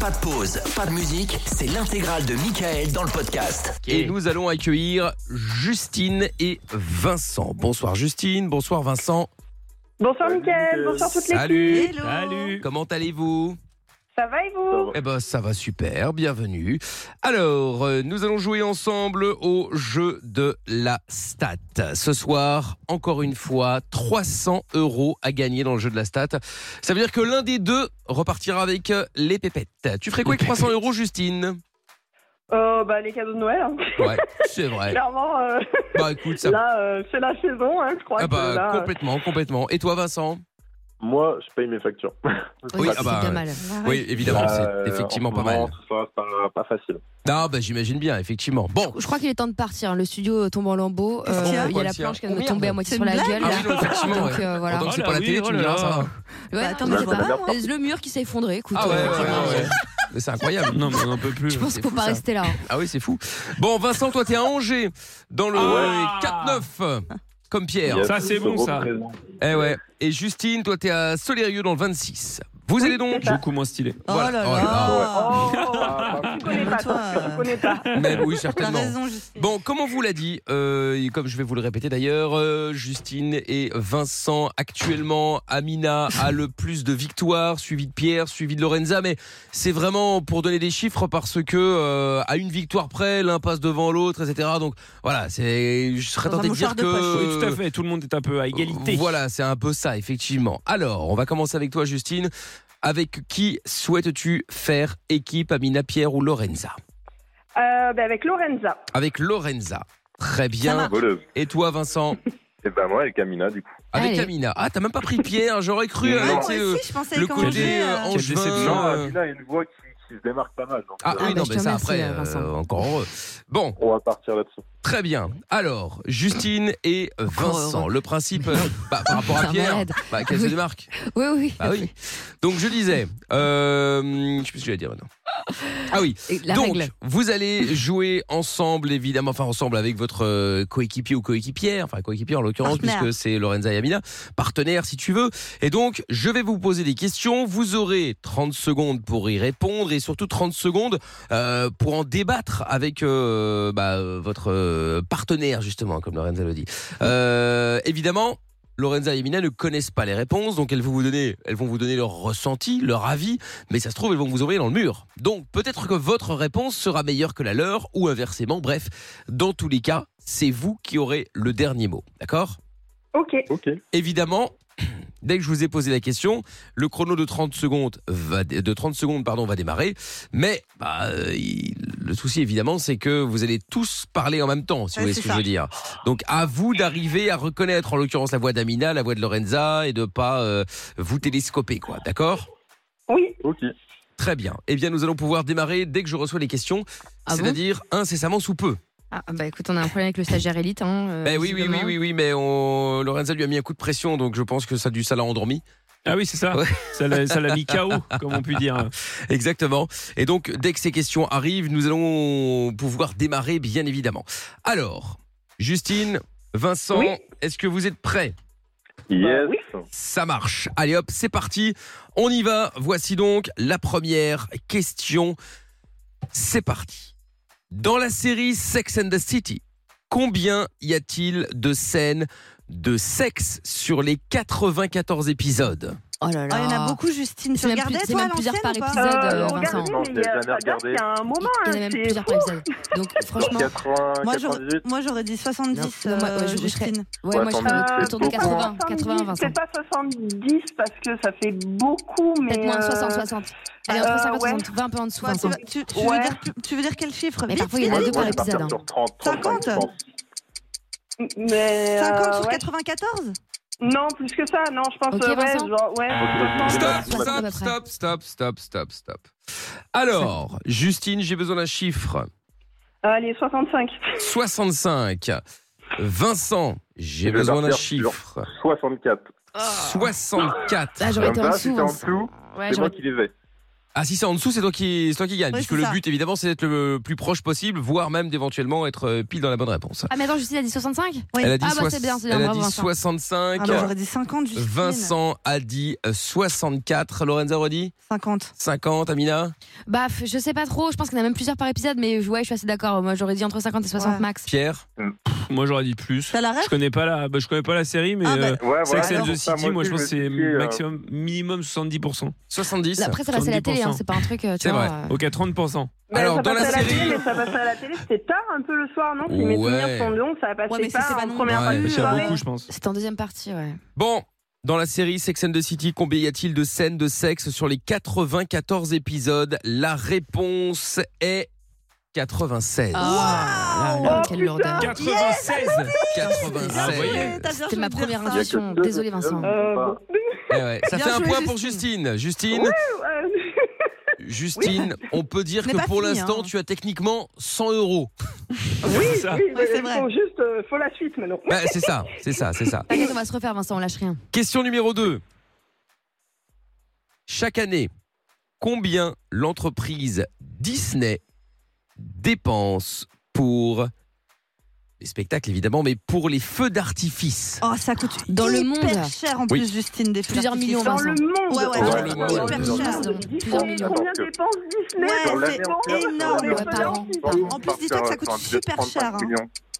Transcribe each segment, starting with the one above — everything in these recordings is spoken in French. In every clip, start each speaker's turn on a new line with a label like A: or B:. A: Pas de pause, pas de musique, c'est l'intégrale de Michael dans le podcast.
B: Et nous allons accueillir Justine et Vincent. Bonsoir Justine, bonsoir Vincent.
C: Bonsoir
D: Salut,
C: Mickaël,
D: Mickaël.
C: bonsoir toute l'équipe.
B: Salut.
E: Hello.
B: Comment allez-vous
C: Ça va et vous
B: Eh ben ça va super, bienvenue. Alors, euh, nous allons jouer ensemble au jeu de la stat. Ce soir, encore une fois, 300 euros à gagner dans le jeu de la stat. Ça veut dire que l'un des deux repartira avec euh, les pépettes. Tu ferais quoi avec 300 euros Justine
C: euh, bah, Les cadeaux de Noël, hein.
B: Ouais, c'est vrai.
C: clairement, euh,
B: Bah écoute, ça...
C: là, euh, c'est la saison, hein, je crois.
B: Ah
C: que
B: bah
C: là, euh,
B: complètement, complètement. Et toi Vincent
D: Moi, je paye mes factures.
B: Oui,
E: Oui,
B: ah bah,
E: c'est bien mal.
B: Oui, évidemment,
D: Euh,
B: c'est effectivement
D: en ce
B: pas mal.
D: moment, ce soir, c'est pas, pas facile.
B: Non, bah, j'imagine bien, effectivement. Bon.
E: Je crois qu'il est temps de partir. Le studio tombe en lambeaux.
B: Qu'est-ce
E: Euh,
B: qu'il y a
E: il y a la
B: Qu'est-ce qu'il y a
E: planche qui
B: Oh,
E: vient de
B: merde.
E: tomber à moitié
F: C'est
E: sur la
F: une blague
E: gueule.
B: Ah oui, non, effectivement,
E: Donc
B: ouais.
E: euh, voilà.
B: Pendant que c'est
G: Oh
B: pour la
G: là
B: télé,
G: oui,
B: tu
G: oh
B: me
G: là
B: diras,
G: là.
B: ça va.
E: Ouais,
F: Bah,
E: attends,
F: attends,
E: mais
D: mais
E: je
D: c'est
E: vois pas.
D: d'abord.
E: Euh, Le mur qui s'effondre, écoute.
B: Ah ouais,
E: euh,
B: ouais, ouais, ouais. Mais C'est incroyable.
G: Non, mais on n'en peut plus.
E: Je pense
B: C'est
E: qu'il faut
B: fou,
E: pas
B: ça.
E: rester là. hein.
B: Ah oui, c'est fou. Bon, Vincent, toi, t'es à Angers, dans le
G: Ah.
B: 4-9, comme Pierre.
D: Yes,
G: Ça, c'est
D: je
G: bon, ça.
D: représente.
B: Eh ouais. Et Justine, toi, t'es à Solérieux, dans le 26. Vous allez donc.
G: Beaucoup moins stylé.
B: Voilà.
F: Oh là
B: Oh là
F: là.
C: Oh,
D: Ah, pas-
C: tu connais pas,
F: Toi,
C: toi, tu
F: euh,
C: connais pas.
B: Même, oui,
F: T'as
B: certainement.
F: raison, Justine.
B: Bon, comme on vous l'a dit, euh, et comme je vais vous le répéter d'ailleurs, euh, Justine et Vincent, actuellement, Amina a le plus de victoires, suivi de Pierre, suivi de Lorenza, mais c'est vraiment pour donner des chiffres parce que euh, à une victoire près, l'un passe devant l'autre, etc. Donc voilà, c'est, je serais
F: Dans un
B: tenté de dire
F: mouchoir de
B: que.
G: Oui, tout à fait. Tout le monde est un peu à égalité. Euh,
B: Voilà, c'est un peu ça, effectivement. Alors, on va commencer avec toi, Justine. Avec qui souhaites-tu faire équipe, Amina, Pierre ou Lorenza
C: Euh, bah, avec Lorenza.
B: Avec Lorenza. Très bien.
D: Voleuse.
B: Et toi, Vincent
D: Et ben moi, avec Amina, du coup.
B: Avec
E: Allez.
B: Amina. Ah, t'as même pas pris Pierre, j'aurais cru.
D: Non.
B: euh,
F: Ah,
B: tu sais,
F: moi
B: euh,
F: aussi, je pensais
B: le
F: qu'en
B: côté,
F: vrai,
B: euh,
F: euh,
B: en-
G: Quelle
B: juin,
G: déception.
D: Non,
B: euh,
D: Amina a une voix qui, qui se démarque pas mal. donc,
B: Ah
D: euh,
B: oui,
E: bah,
B: non,
E: je
B: mais
E: te
B: ça
E: remercie,
B: après,
E: euh,
B: euh,
E: Vincent.
B: encore heureux. Bon,
D: On va partir là-dessus.
B: très bien. Alors, Justine et
E: Encore
B: Vincent.
E: heureux.
B: Le principe, euh, bah, par rapport
E: C'est
B: à
E: un
B: Pierre,
E: malade.
B: bah, qu'elle se
E: Oui.
B: démarque.
E: Oui, oui.
B: Bah oui. Donc, je disais, euh, je sais plus ce que j'allais dire maintenant. Ah oui,
E: Et La
B: donc
E: règle.
B: vous allez jouer ensemble, évidemment, enfin ensemble avec votre euh, coéquipier ou coéquipière, enfin coéquipier en l'occurrence,
F: Partenaire.
B: puisque c'est Lorenza et Amina, partenaire si tu veux. Et donc, je vais vous poser des questions, vous aurez 30 secondes pour y répondre et surtout 30 secondes euh, pour en débattre avec euh, bah, euh, votre euh, partenaire, justement, comme Lorenza le dit. Euh, évidemment, Lorenza et Mina ne connaissent pas les réponses, donc elles vont vous donner, elles vont vous donner leur ressenti, leur avis, mais ça se trouve, elles vont vous envoyer dans le mur. Donc peut-être que votre réponse sera meilleure que la leur, ou inversement, bref, dans tous les cas, c'est vous qui aurez le dernier mot, d'accord
C: Ok,
D: Ok.
B: Évidemment, dès que je vous ai posé la question, le chrono de 30 secondes va, de 30 secondes pardon, va démarrer, mais bah, euh, il- le souci évidemment, c'est que vous allez tous parler en même temps, si vous
F: Ouais,
B: voyez
F: c'est
B: ce que
F: ça.
B: je veux dire. Donc à vous d'arriver à reconnaître en l'occurrence la voix d'Amina, la voix de Lorenza, et de pas euh, vous télescoper, quoi, d'accord
C: oui,
D: Ok.
B: Très bien. Eh bien, nous allons pouvoir démarrer dès que je reçois les questions,
E: Ah bon
B: c'est-à-dire incessamment sous peu.
E: Ah, bah écoute, on a un problème avec le stagiaire élite. Hein, euh,
B: Eh oui, oui, oui,
E: visiblement.
B: oui, oui, mais on... Lorenza lui a mis un coup de pression, donc je pense que ça, du- ça l'a endormi.
G: Ah oui, c'est ça.
B: Ouais.
G: Ça l'a ça l'a mis KO, comme on peut dire.
B: Exactement. Et donc, dès que ces questions arrivent, nous allons pouvoir démarrer, bien évidemment. Alors, Justine, Vincent,
C: Oui.
B: est-ce que vous êtes prêts
F: Bah,
D: Yes.
B: Ça marche. Allez hop, c'est parti. On y va. Voici donc la première question. C'est parti. Dans la série Sex and the City, combien y a-t-il de scènes de sexe sur les 94 épisodes
E: Oh là là.
F: Oh, il y en a beaucoup, Justine. Tu
E: C'est même plus-
F: regardais,
E: c'est
F: toi, à
E: même plusieurs
F: l'ancienne
E: par
F: ou pas
E: épisode,
C: euh,
E: euh,
C: on
E: Vincent.
C: regardait,
D: Non, je l'ai
C: mais euh,
D: jamais
C: ça date
D: regardé.
C: il y a un moment,
E: Il y
C: hein,
E: en a même
C: c'est
E: plusieurs
C: fou.
E: par épisode. Donc franchement,
D: 80,
F: Moi, j'aurais-
D: 98.
F: Moi, j'aurais dit 70,
E: Non, non, moi,
F: euh,
E: moi, je- je serais-
F: Justine.
E: ouais, moi je
D: Attends,
E: suis
D: mais
E: autour de
D: c'est
E: 80,
C: 70,
E: 80, Vincent.
C: C'est pas 70 parce que ça fait beaucoup, mais.
E: Peut-être moins
C: euh,
E: 60, 60. Allez, entre
C: euh,
E: 50,
C: ouais.
E: 60, 20 un peu en dessous,
F: Toi, tu,
E: Vincent.
F: vas- tu- tu
C: Ouais.
F: veux dire, plus- tu veux dire quel chiffre
E: Mais
F: Vite,
E: parfois, il y en
F: vite,
E: a
D: Moi,
E: deux
D: je
E: par
D: vais
E: épisode,
D: partir
E: hein.
D: sur 30, 35, je
F: 50.
D: pense.
C: Mais.
F: 50
C: euh,
F: sur
C: ouais.
F: 94
C: Non, plus que ça, non, je pense.
E: Ok,
C: euh, ouais,
E: Vincent.
C: genre, ouais.
D: Ah,
C: franchement, euh,
B: Stop,
E: Soixante à
B: stop,
E: peu près.
B: stop, stop, stop, stop, stop. Alors, Justine, j'ai besoin d'un chiffre.
C: Allez, 65.
B: 65. Vincent, j'ai
D: Je vais
B: besoin d'un
D: partir sur-
B: chiffre.
F: euh,
D: 64.
B: Ah. 64.
E: Ah, j'aurais été
D: Comme
E: en
D: ça, si
E: dessous.
D: t'es en
E: Vincent.
F: hein.
D: dessous,
E: Ouais,
D: c'est moi
E: j'aurais
D: qui les ai.
B: Ah, si c'est en dessous, c'est toi qui, c'est toi qui gagne.
F: Ouais,
B: puisque
F: c'est
B: le
F: ça.
B: but, évidemment, c'est d'être le plus proche possible, voire même d'éventuellement être euh, pile dans la bonne réponse.
E: Ah, mais attends, Justine a dit 65
F: Oui.
B: Elle a dit,
E: Ah, bah,
B: soix-
E: c'est bien, c'est bien,
B: elle a
E: bravo,
B: dit
E: Vincent.
B: 65.
F: Ah, bah, j'aurais dit 50, Justine.
B: Vincent a dit euh, 64. Lorenza aurait dit
F: 50.
B: 50. Amina
E: Bah, f- je sais pas trop, je pense qu'il y en a même plusieurs par épisode, mais ouais, je suis assez d'accord. Moi, j'aurais dit entre 50 et 60
F: Ouais.
E: max.
B: Pierre
G: Moi, j'aurais dit plus.
F: T'as la rêve
G: Je connais pas la, bah, je connais pas la série, mais
F: Ah, bah,
G: euh,
D: Ouais, voilà.
G: Sex and the City, moi, je pense que c'est
D: maximum.
G: maximum, minimum 70%.
B: 70.
E: Après, ça passait à la télé, hein,
G: 70%.
E: c'est pas un truc. euh, Tu
B: C'est
E: vois,
B: vrai.
E: euh,
G: Ok, 30%.
C: Mais
B: Alors,
C: Bah, ça
B: dans la
C: passait à
B: série-
C: télé, mais ça passait à la télé, c'était tard un peu le soir, non Si mes
B: Ouais.
C: souvenirs sont longs, ça passait
F: Ouais, mais ça,
C: pas
F: c'est pas
C: en
F: non
C: première
B: plus.
C: partie de
B: Ouais,
G: Ça sert
C: soirée.
G: beaucoup, je pense.
E: C'était euh, en deuxième partie, ouais.
B: Bon, dans la série Sex and the City, combien y a-t-il de scènes de sexe sur les 94 épisodes La réponse est 96.
E: Ah,
C: Oh,
E: quelle
C: putain.
E: lourdeur.
G: 96 Ah, vous
B: 96.
G: voyez.
E: C'était ma première
D: Il y a que
E: intuition.
D: deux
E: Désolé, Vincent.
D: épisodes.
C: Euh, bon.
B: Eh ouais, Ça
E: Bien
B: fait un
E: joué,
B: point pour Justine. Justine,
C: Euh,
B: Justine, on peut dire
F: On n'est
B: que
F: pas
B: pour
F: fini,
B: l'instant,
F: hein.
B: tu as techniquement 100 euros.
C: oui,
G: C'est ça.
C: oui, mais
F: c'est vrai.
C: Faut juste, euh, faut la suite maintenant.
B: Bah, c'est ça, c'est ça, c'est ça.
E: T'inquiète, on va se refaire, Vincent, on lâche rien.
B: Question numéro 2. Chaque année, combien l'entreprise Disney dépense pour les spectacles évidemment, mais pour les feux d'artifice
F: Oh, ça coûte
E: Dans le
F: hyper
E: monde.
F: cher en
B: Oui.
F: plus, Justine. Des
E: Plusieurs
F: fleurs qui
E: millions, hein.
F: sont-
C: Dans le monde.
F: Ouais, ouais,
B: Dans
C: ouais,
B: le
C: ouais,
B: monde.
C: ouais,
F: Hyper Euh,
C: ouais,
F: cher.
C: ouais, ouais.
E: Plusieurs
C: Disney,
E: millions.
C: Combien dépense Disney
D: euh,
F: Ouais,
C: pour
F: Ah, c'est
C: les gens
F: énorme.
C: pour les
E: Par an,
C: feux
E: par an.
F: En plus, dis-toi que ça coûte super cher, hein.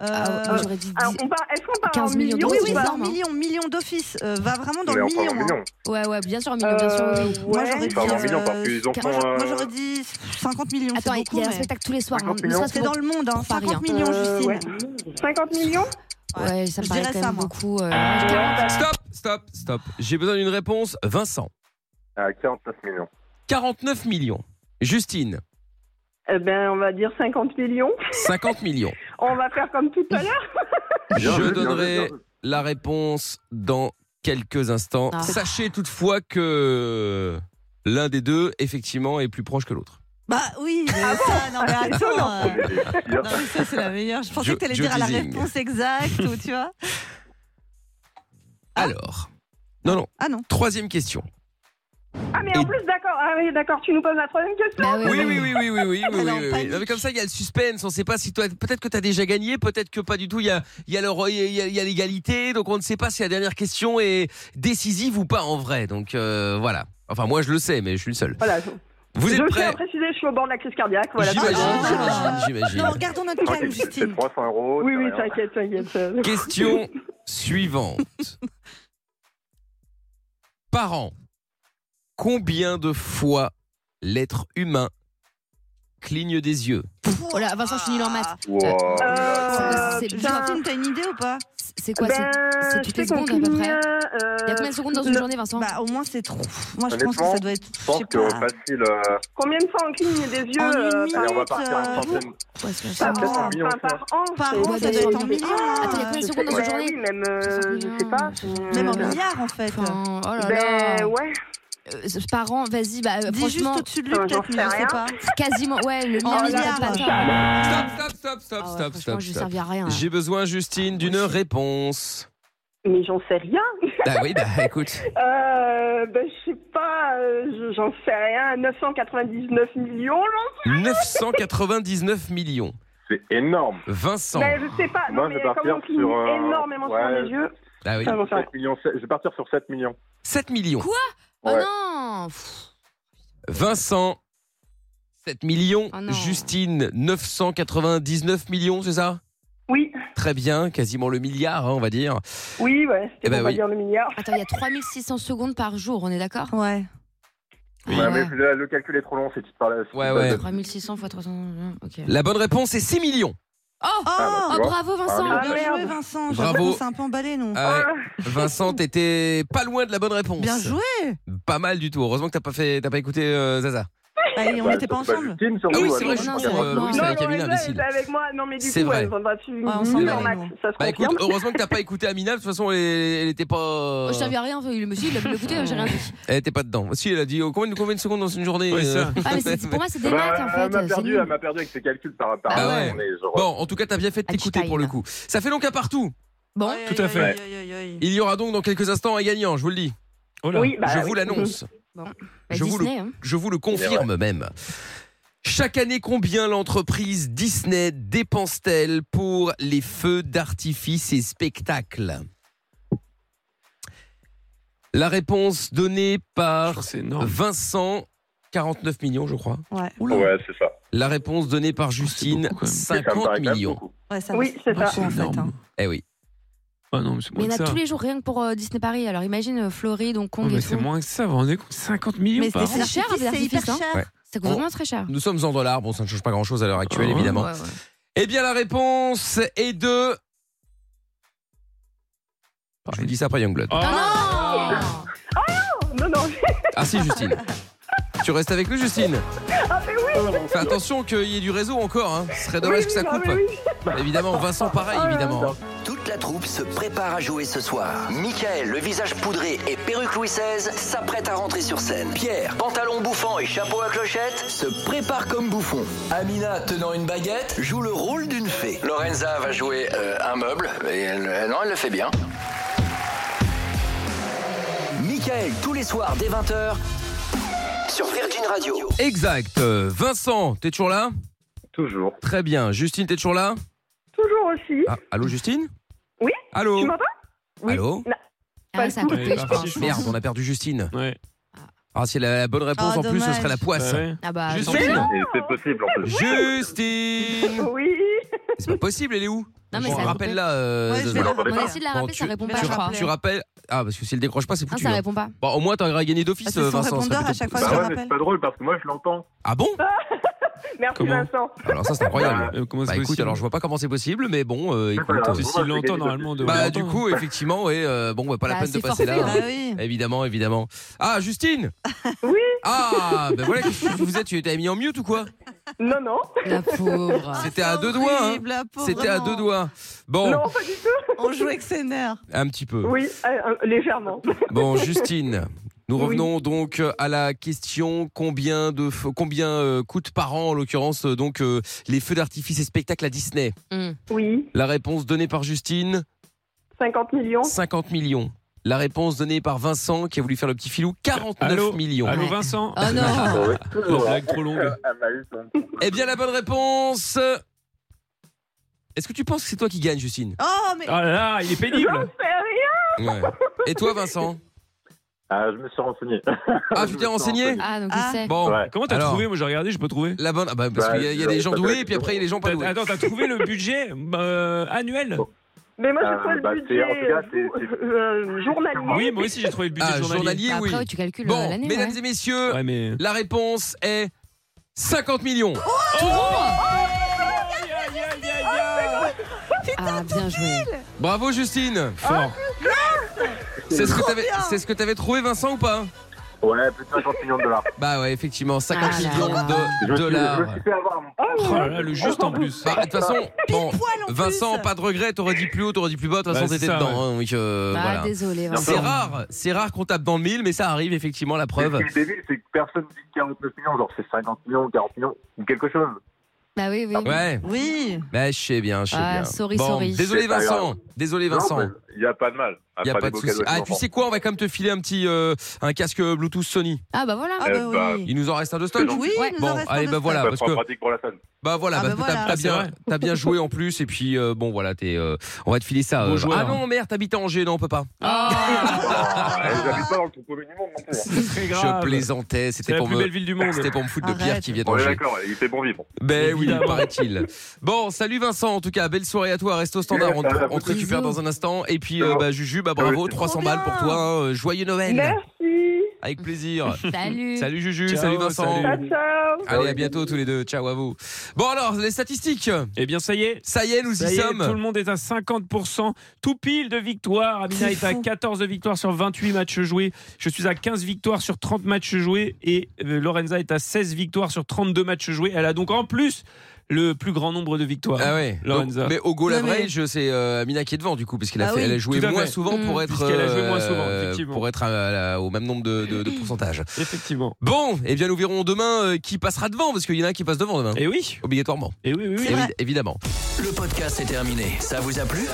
E: Ah,
F: Euh,
E: ouais, J'aurais dit.
C: Alors,
E: dix-
C: on parle- est-ce qu'on parle
E: 15
C: en
E: millions
C: millions
E: d'euros,
F: Oui,
E: c'est
F: oui,
C: ou pas
F: bah,
E: énorme,
F: en
E: hein.
F: millions, millions d'office. Euh, va vraiment dans
D: On
F: le
D: est encore
F: million.
D: en
F: hein.
D: million.
E: Ouais, ouais, bien sûr, un million, bien sûr.
C: Euh,
E: oui.
F: Moi,
C: ouais.
F: j'aurais dit.
D: On parle en
F: euh,
D: millions parce qu'ils en
F: quar-
D: font,
F: Moi,
D: euh,
F: j'aurais dit 50 millions.
E: Attends,
F: c'est
E: il y a
F: beaucoup,
E: un
F: mais-
E: spectacle tous les soirs. hein,
D: 50
E: ne
D: millions,
E: serait-ce
F: C'est
E: que
F: dans le monde, hein.
E: Paris,
F: 50
E: hein.
F: millions,
C: Euh,
F: Justine.
C: ouais. 50 millions
E: pour- Ouais, ça me
F: Je
E: paraît
F: dirais
E: quand
F: ça,
E: même
F: moi. Ah.
E: beaucoup. euh,
B: Stop, stop, stop. J'ai besoin d'une réponse. Vincent,
D: À 49 millions.
B: 49 millions. Justine,
C: Eh ben, on va dire 50 millions.
B: 50 millions.
C: On va faire comme tout à l'heure.
D: Bien
B: Je
D: vu, bien vu,
B: donnerai
D: bien vu.
B: la réponse dans quelques instants.
E: Ah.
B: Sachez toutefois que l'un des deux, effectivement, est plus proche que l'autre.
F: Bah oui, mais ça, non, mais attends. euh,
D: Il y a-
F: non, mais ça, c'est la meilleure. Je pensais
B: Joe-
F: que t'allais
B: Joe
F: dire à la
B: Teasing.
F: réponse exacte, ou tu vois.
B: Alors, non, Ah. non,
F: Ah non.
B: troisième question.
C: Ah, mais en
B: Et-
C: plus, d'accord. Ah oui, d'accord, tu nous poses la troisième question.
E: Bah ouais,
B: Oui,
E: ouais.
B: oui, oui, oui, oui, oui, oui,
F: Elle est en
B: oui, oui.
F: panique.
B: Non, mais comme ça, il y a le suspense. On ne sait pas si toi, peut-être que tu as déjà gagné, peut-être que pas du tout. Il y a, il y a le- il y a- il y a l'égalité, donc on ne sait pas si la dernière question est décisive ou pas en vrai. Donc euh, voilà. Enfin, moi, je le sais, mais je suis le seul.
C: Voilà.
B: Vous
C: je
B: êtes
C: tiens à
B: prêts
C: préciser, je suis au bord de la crise cardiaque. Voilà.
B: J'imagine,
F: Ah.
B: j'imagine, j'imagine.
F: Non, gardons notre calme,
D: T'inquiète, C'est
F: Justine.
D: 300 euros.
C: Oui,
D: c'est
C: oui,
D: rien.
C: t'inquiète, t'inquiète. euh,
B: Question suivante. Par an, combien de fois l'être humain cligne des yeux
E: Oh là, Vincent, je finis leur maths.
D: Wow.
C: Euh,
E: C'est-
C: putain.
F: Justine, t'as une idée ou pas
E: C'est quoi c'est- c'est
C: Ben,
E: toutes
C: je
E: les
C: sais qu'on
E: secondes, à peu
C: cligne,
E: près.
C: euh,
E: Il y a combien de secondes dans une
C: le-
E: journée, Vincent
F: Bah, au moins, c'est trop. Moi, je pense que
D: Honnêtement,
F: ça doit être.
D: Je
F: Je
D: pense
F: sais
D: que
F: pas.
D: facile. euh,
C: Combien de fois on cligne des yeux
F: En une
C: euh,
F: minute,
C: par,
D: Allez, on va partir en
F: euh,
D: centaine.
E: Ouais, c'est
D: Ça
E: ça.
D: peut-être en
C: par,
D: millions,
C: enfin, par an
F: Par
C: c'est-
E: Ouais,
F: an, ça doit
E: mais-
F: être en millions.
E: Attends, il y a
F: hein.
E: combien de
C: Je
E: secondes dans
C: sais-
E: une journée
C: oui, même, euh, je sais pas. euh,
F: Même en milliards, en fait.
E: Enfin, oh là
C: Ben
E: là.
C: ouais.
E: Euh, Par an, vas-y, bah, euh,
F: bah, Dis juste
E: franchement,
F: au-dessus de lui,
C: Enfin,
F: peut-être,
C: j'en sais
F: mais je sais
C: rien.
F: pas.
E: quasiment. Ouais, le
F: En
E: milliard, il
F: milliards.
E: est pas
B: Stop, stop,
E: tard.
B: stop, stop,
E: Ah ouais,
B: stop,
E: Franchement,
B: stop,
E: je
B: stop.
E: servis à rien. là.
B: J'ai besoin, Justine, d'une réponse.
C: Mais j'en sais rien.
B: Bah oui, bah écoute.
C: Euh, ben, je sais pas, euh, je- j'en sais rien. 999 millions, là
B: 999 millions.
D: C'est énorme.
B: Vincent.
C: Ben, je sais pas. Non,
D: Moi, je
C: mais
D: vais
C: comme on
D: partir
C: cligne
D: sur. euh,
C: énormément sur
D: ouais,
C: les yeux,
B: Ah oui.
C: ça, j'en sais rien.
D: 7 millions, sept- je vais partir sur 7 millions.
B: 7 millions.
E: Oh
D: Ouais.
E: non Pff,
B: Vincent. 7 millions.
E: Ah non.
B: Justine, 999 millions, c'est ça
C: Oui,
B: Très bien, quasiment le milliard, hein, on va dire.
C: oui, ouais.
B: Eh
C: C'était
B: ben
C: pour pas
B: oui.
C: dire le milliard.
E: Attends, il y a 3600 secondes par jour, on est d'accord
F: Ouais.
E: Ah
D: Ouais,
E: ouais.
D: mais là, le calcul est trop long, c'est tu te parles.
B: Ouais, ouais.
E: Ah, 3600 fois 300. Ok.
B: La bonne réponse est 6 millions.
E: Oh
F: Oh
D: bah,
E: Oh,
D: vois
E: bravo Vincent
C: Ah,
F: Bien
C: merde.
F: joué, Vincent. J'ai
B: Bravo.
F: l'impression qu'on s'est un peu emballé, nous.
B: Ah ouais. Vincent, t'étais pas loin de la bonne réponse.
F: Bien joué.
B: Pas mal du tout. Heureusement que t'as pas fait, t'as pas écouté euh, Zaza.
F: Allez,
D: bah,
F: on n'était pas ensemble.
B: Ah oui, c'est
E: vrai,
B: vrai.
E: je
B: Je
E: suis Non,
B: suis
E: con, c'est euh, avec moi. oui,
B: c'est
E: c'est
B: avec
C: non,
B: Amina,
C: non, elle était avec moi. Non, mais du
B: C'est
C: coup,
B: vrai.
C: elle vendra dessus
F: Ouais, on
C: une
F: s'en
C: million
B: bat,
C: max.
F: nous.
C: Ça se
B: Bah écoute,
C: confirme.
B: heureusement que t'as pas écouté Amina. De toute façon, elle, elle était pas,
E: Oh, Je t'avais rien, le monsieur, il a écouté, j'ai rien dit.
B: elle était pas dedans. Si elle a dit oh, combien, de- combien de secondes dans une journée.
G: Ouais,
B: euh,
G: ça.
E: Ah, mais c'est- pour moi, c'est des maths en
D: Elle
E: fait.
D: m'a
E: c'est
D: Bah, perdu,
E: nul.
D: elle m'a perdu avec ses calculs par par
E: Ah
D: rapport à
B: ouais.
D: la journée, genre.
B: Bon, en tout cas, t'as bien fait de t'écouter pour le coup. Ça fait donc un partout.
E: Bon,
G: tout à fait.
F: Aïe, aïe, aïe, aïe, aïe.
B: Il y aura donc dans quelques instants un gagnant. Je vous le dis.
G: Oh là.
C: Oui, bah,
B: je
C: oui.
B: vous l'annonce.
E: Bah,
B: Je vous le-
E: Disney, hein.
B: Je vous le confirme même. Chaque année, combien l'entreprise Disney dépense-t-elle pour les feux d'artifice et spectacles La réponse donnée
G: Je
B: par
G: crois que Ah, C'est énorme.
B: Vincent, 49 millions, je crois.
F: Ouais.
G: Ah,
D: Ouais, c'est ça.
B: La réponse donnée
C: Oh,
B: par Justine,
G: beaucoup, quand même.
D: Mais ça me
B: 50
D: paraît quand même
B: millions.
D: beaucoup.
F: Ouais, ça
C: Oui, c'est
F: beaucoup,
C: ça.
F: en fait, hein.
B: Eh oui.
G: Ah non, mais c'est
E: Mais il
G: moins
E: y
G: que
E: en a
G: ça.
E: tous les jours, rien que pour euh, Disney Paris. Alors imagine euh, Floride, Hong
G: Non,
E: Kong
G: mais
E: et
G: c'est
E: tout.
G: moins que ça. Vous vous rendez compte 50 millions
F: Mais
G: par an.
E: c'est cher,
F: l'artifice,
E: les
F: c'est hyper
E: artifices,
F: cher.
B: Ouais.
E: Ça coûte vraiment très cher.
B: Nous sommes en dollars, bon ça ne change pas grand-chose à l'heure actuelle
C: Oh,
G: Ah.
B: évidemment.
E: Ouais, ouais.
B: Eh bien la réponse est de... Je vous dis ça après Youngblood.
G: Oh.
E: Ah
C: Non, non,
B: Ah si Justine. tu restes avec nous Justine
C: ah, mais
D: Oh,
C: oui,
B: Fais attention qu'il y ait du réseau encore, hein. ce serait dommage
C: oui,
B: que ça
C: oui,
B: coupe.
C: ah, mais oui. Ah,
B: Évidemment, Vincent pareil évidemment.
A: Toute la troupe se prépare à jouer ce soir. Michael, le visage poudré et perruque Louis XVI s'apprête à rentrer sur scène. Pierre, pantalon bouffant et chapeau à clochette, se prépare comme bouffon. Amina, tenant une baguette, joue le rôle d'une fée. Lorenza va jouer euh, un meuble. Et elle- euh, non, elle le fait bien. Michael, tous les soirs dès 20h sur Virgin Radio.
B: Exact. Euh, Vincent, t'es toujours là
D: Toujours.
B: Très bien. Justine, t'es toujours là
C: Toujours aussi.
B: Ah, Allô Justine
C: Oui
B: Allô
C: Tu m'entends Oui.
B: Allô
E: Ah, ça a
G: Ouais,
E: coupé,
G: bah,
E: je pense.
G: si,
B: Merde, on a perdu Justine.
G: Ouais.
B: Ah si elle a la bonne réponse
F: Ah,
B: en plus, ce
F: dommage.
B: serait la
G: Bah
B: poisse.
G: ouais.
E: Ah bah,
G: Juste
E: tant pis.
G: une.
D: Et c'est possible en plus.
B: Justine
C: Oui.
B: C'est pas possible, elle est où
E: Non, mais
B: Bon,
E: ça a
B: Rappelle-la. euh,
F: Ouais, je
B: Zaza.
F: vais la
E: on a
F: rappeler.
E: essayé de la
B: Bon,
E: rappeler, ça répond pas,
B: tu,
E: je crois.
B: tu rappelles. Ah, parce que si elle décroche pas, c'est
E: Ah,
B: foutu.
E: ça
B: hein.
E: répond pas.
B: Bon, au moins, t'aurais gagné
F: Ah,
B: d'office,
F: c'est
B: euh,
F: son
B: Vincent. ce
F: répondeur
B: serait
F: à chaque
B: plutôt-
F: fois que je
D: Bah
F: le
D: ouais, mais c'est
F: rappelle.
D: pas drôle parce que moi je l'entends.
B: Ah bon
C: Merci
G: Comment
C: Vincent.
B: Alors, ça, c'est incroyable.
G: Euh, Comment
B: Bah
G: c'est
B: écoute,
G: possible
B: alors je vois pas comment c'est possible, mais bon, euh, écoute.
D: Voilà.
B: euh,
G: Parce que
D: Moi,
G: S'il
D: je
G: l'entend,
D: l'ai
G: normalement, on
D: gagné
G: devrait
B: Bah du
G: l'entendre.
B: coup, effectivement, ouais, euh, bon, bah, pas la
E: Bah,
B: peine de
E: c'est
B: passer là.
E: forfait,
F: Bah
E: hein.
F: oui.
B: Évidemment, évidemment. Ah, Justine
C: Oui.
B: Ah, ben voilà, qu'est-ce que vous êtes Tu t'avais mis en mute ou quoi
C: Non, non.
E: La pauvre.
B: C'était à
F: Ah,
B: deux doigts, hein.
F: horrible, la pauvre,
B: C'était à
F: vraiment.
B: deux doigts. Bon,
C: Non, pas du tout.
F: Oh, On jouait avec ses nerfs.
B: un petit peu.
C: Oui, euh, euh, légèrement.
B: Bon, Justine, nous
C: Oui.
B: revenons donc euh, à la question combien de f- combien euh, coûte par an en l'occurrence euh, donc euh, les feux d'artifice et spectacles à Disney.
E: Hum.
C: Oui,
B: La réponse donnée par Justine
C: 50 millions.
B: 50 millions. La réponse donnée par Vincent qui a voulu faire le petit filou 49
G: Allô
B: millions.
G: Allô
E: Ouais.
G: Vincent
E: Oh non
D: Bah Ouais,
G: La
D: toujours.
G: blague trop longue.
D: Ah, bah, oui, donc.
B: Eh bien la bonne réponse euh, Est-ce que tu penses que c'est toi qui gagne Justine
F: Oh, mais
G: Ah là là, il est
C: J'en
G: pénible.
C: sais
B: Ouais.
C: rien.
B: Et toi Vincent
D: Ah, je me suis renseigné.
B: Ah
D: Je
B: tu
D: me
B: t'es
D: suis
B: renseigné
E: Ah, donc
F: Ah.
E: il sait.
B: Bon,
D: Ouais.
G: Comment t'as
B: Alors.
G: trouvé Moi j'ai regardé, j'ai pas trouvé.
B: la bonne ah bah, parce
D: Bah,
B: qu'il y a, il y a
D: je-
B: des gens
D: pas de-
B: doués et puis après il y a des gens pas
G: T'as-
B: doués.
G: Attends, t'as trouvé le budget euh, annuel
C: Mais moi,
D: Ah,
C: je sais
D: bah,
C: pas
D: c'est-
C: le budget
D: en tout cas, c'est-
C: euh, jou- euh, journalier.
G: Oui, moi aussi j'ai trouvé le budget
B: Ah,
G: journalier.
B: journalier
E: Bah,
B: oui.
E: Après, ouais, tu calcules euh,
B: Bon,
E: l'année.
B: mesdames
E: ouais.
B: et messieurs,
G: Ouais, mais.
B: La réponse est 50 millions.
G: Aïe, aïe, aïe, aïe, aïe.
E: Ah, bien joué.
B: Bravo Justine.
G: Fort.
B: C'est ce que t'avais-
F: bien.
B: c'est ce que t'avais trouvé Vincent ou pas
D: Ouais, plus de 50 millions de dollars.
B: Bah ouais, effectivement, 50
E: Ah là
B: millions
D: Je
E: là.
B: de
D: me suis- Je me
B: dollars.
D: suis fait avoir. mon-
G: Oh là là, le juste en plus.
B: Bah, De toute façon, bon,
F: poil en plus.
B: Vincent, pas de regret, t'aurais dit plus haut, t'aurais dit plus bas, de toute
G: Bah,
B: façon
G: c'est
B: t'étais
G: ça,
B: dedans. hein, donc, euh,
E: Ah,
B: voilà.
E: désolé.
B: C'est
E: Vincent.
B: rare, c'est rare qu'on tape dans le mille, mais ça arrive effectivement, la
D: Mais
B: preuve.
D: Ce qui est débile, c'est que personne dit 49 millions, genre c'est 50 millions, 40 millions, ou quelque chose.
E: Bah oui, oui.
B: Ouais,
F: Oui.
B: bah, je sais bien, je sais
E: Ah,
B: bien.
E: sorry,
B: Bon,
E: sorry.
B: Désolé
D: C'est pas
B: Vincent, désolé Vincent.
D: Non, mais Il n'y a pas de
B: Y
D: mal.
B: a
D: Après,
B: pas
D: des
B: de
D: beaux
B: souci.
D: cadeaux à
B: Ah,
D: tes
B: tu
D: enfants.
B: sais quoi On va quand même te filer un petit euh, un casque Bluetooth Sony.
E: Ah, bah voilà.
F: Ah,
D: Eh
F: bah
C: ben,
D: bah,
F: oui.
B: Il nous en reste un de stock.
F: Oui,
E: Ouais.
F: nous en
B: Bon,
F: restons
B: allez,
F: de
B: bah
F: ça.
B: voilà,
D: Bah,
B: parce
D: pas
B: que
D: pratique pour la scène.
B: bah voilà,
F: Ah,
B: parce
F: bah
B: que t'as-
F: voilà.
B: t'as
F: Ah,
G: c'est
B: bien,
G: vrai.
B: t'as bien joué en plus, et puis euh, bon voilà, t'es, euh, on va te filer ça.
G: Bon joueur.
B: ah non, merde, t'habites à Angers, non, on peut pas.
D: Ah, J'habite pas dans le troupeau du monde non plus. hein.
G: C'est très grave.
B: Je plaisantais, c'était
G: C'est la
B: pour
G: plus
B: me,
G: belle ville du monde.
B: c'était pour me foutre de
F: Arrête.
B: Pierre qui vient
D: On est
B: d'Angers.
D: d'accord, il fait bon vivre.
B: Ben oui,
G: Évidemment.
B: paraît-il. Bon, salut Vincent, en tout cas, belle soirée à toi. Reste au standard, on, te-
D: Merci.
B: on te récupère dans un instant. Et puis, euh, bah, Juju, bah
D: Trop
B: bravo, 300 balles pour
F: bien.
B: toi. hein. Joyeux Noël,
C: Merci.
B: avec plaisir.
E: Salut.
B: Ah. Salut Juju,
G: Ciao,
B: salut Vincent.
G: salut.
C: Ciao, ciao.
B: Allez, à bientôt tous les deux. Ciao à vous. Bon alors, les statistiques.
G: Eh bien, ça y est.
B: Ça y est, nous
G: Ça
B: y,
G: y est,
B: sommes.
G: tout le monde est à 50%, tout pile de victoires. Amina
F: C'est
G: est à
F: fou.
G: 14 de victoires sur 28 matchs joués. Je suis à 15 victoires sur 30 matchs joués. Et euh, Lorenza est à 16 victoires sur 32 matchs joués. Elle a donc en plus le plus grand nombre de victoires.
B: Ah ouais.
G: Lorenza.
B: Donc, mais au goal
F: Non, mais-
B: average, c'est euh, Amina qui est devant du coup, parce qu'elle a,
F: Ah
B: fait-
F: oui,
B: elle a joué
G: tout à
B: moins
G: fait. Mmh.
B: souvent pour
E: Mm.
B: être
G: Puisqu'elle a joué moins souvent,
B: euh,
G: effectivement.
B: pour être à la- au même nombre de, de, de pourcentage.
G: Effectivement.
B: Bon, eh bien nous verrons demain euh, qui passera devant, parce qu'il y en a un qui passe devant demain,
G: Et oui,
B: obligatoirement,
G: et oui, oui, oui.
F: C'est vrai.
B: Évi- évidemment.
A: Le podcast est terminé. Ça vous a plu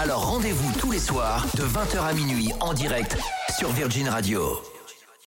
A: Alors rendez-vous tous les soirs de 20h à minuit en direct sur Virgin Radio.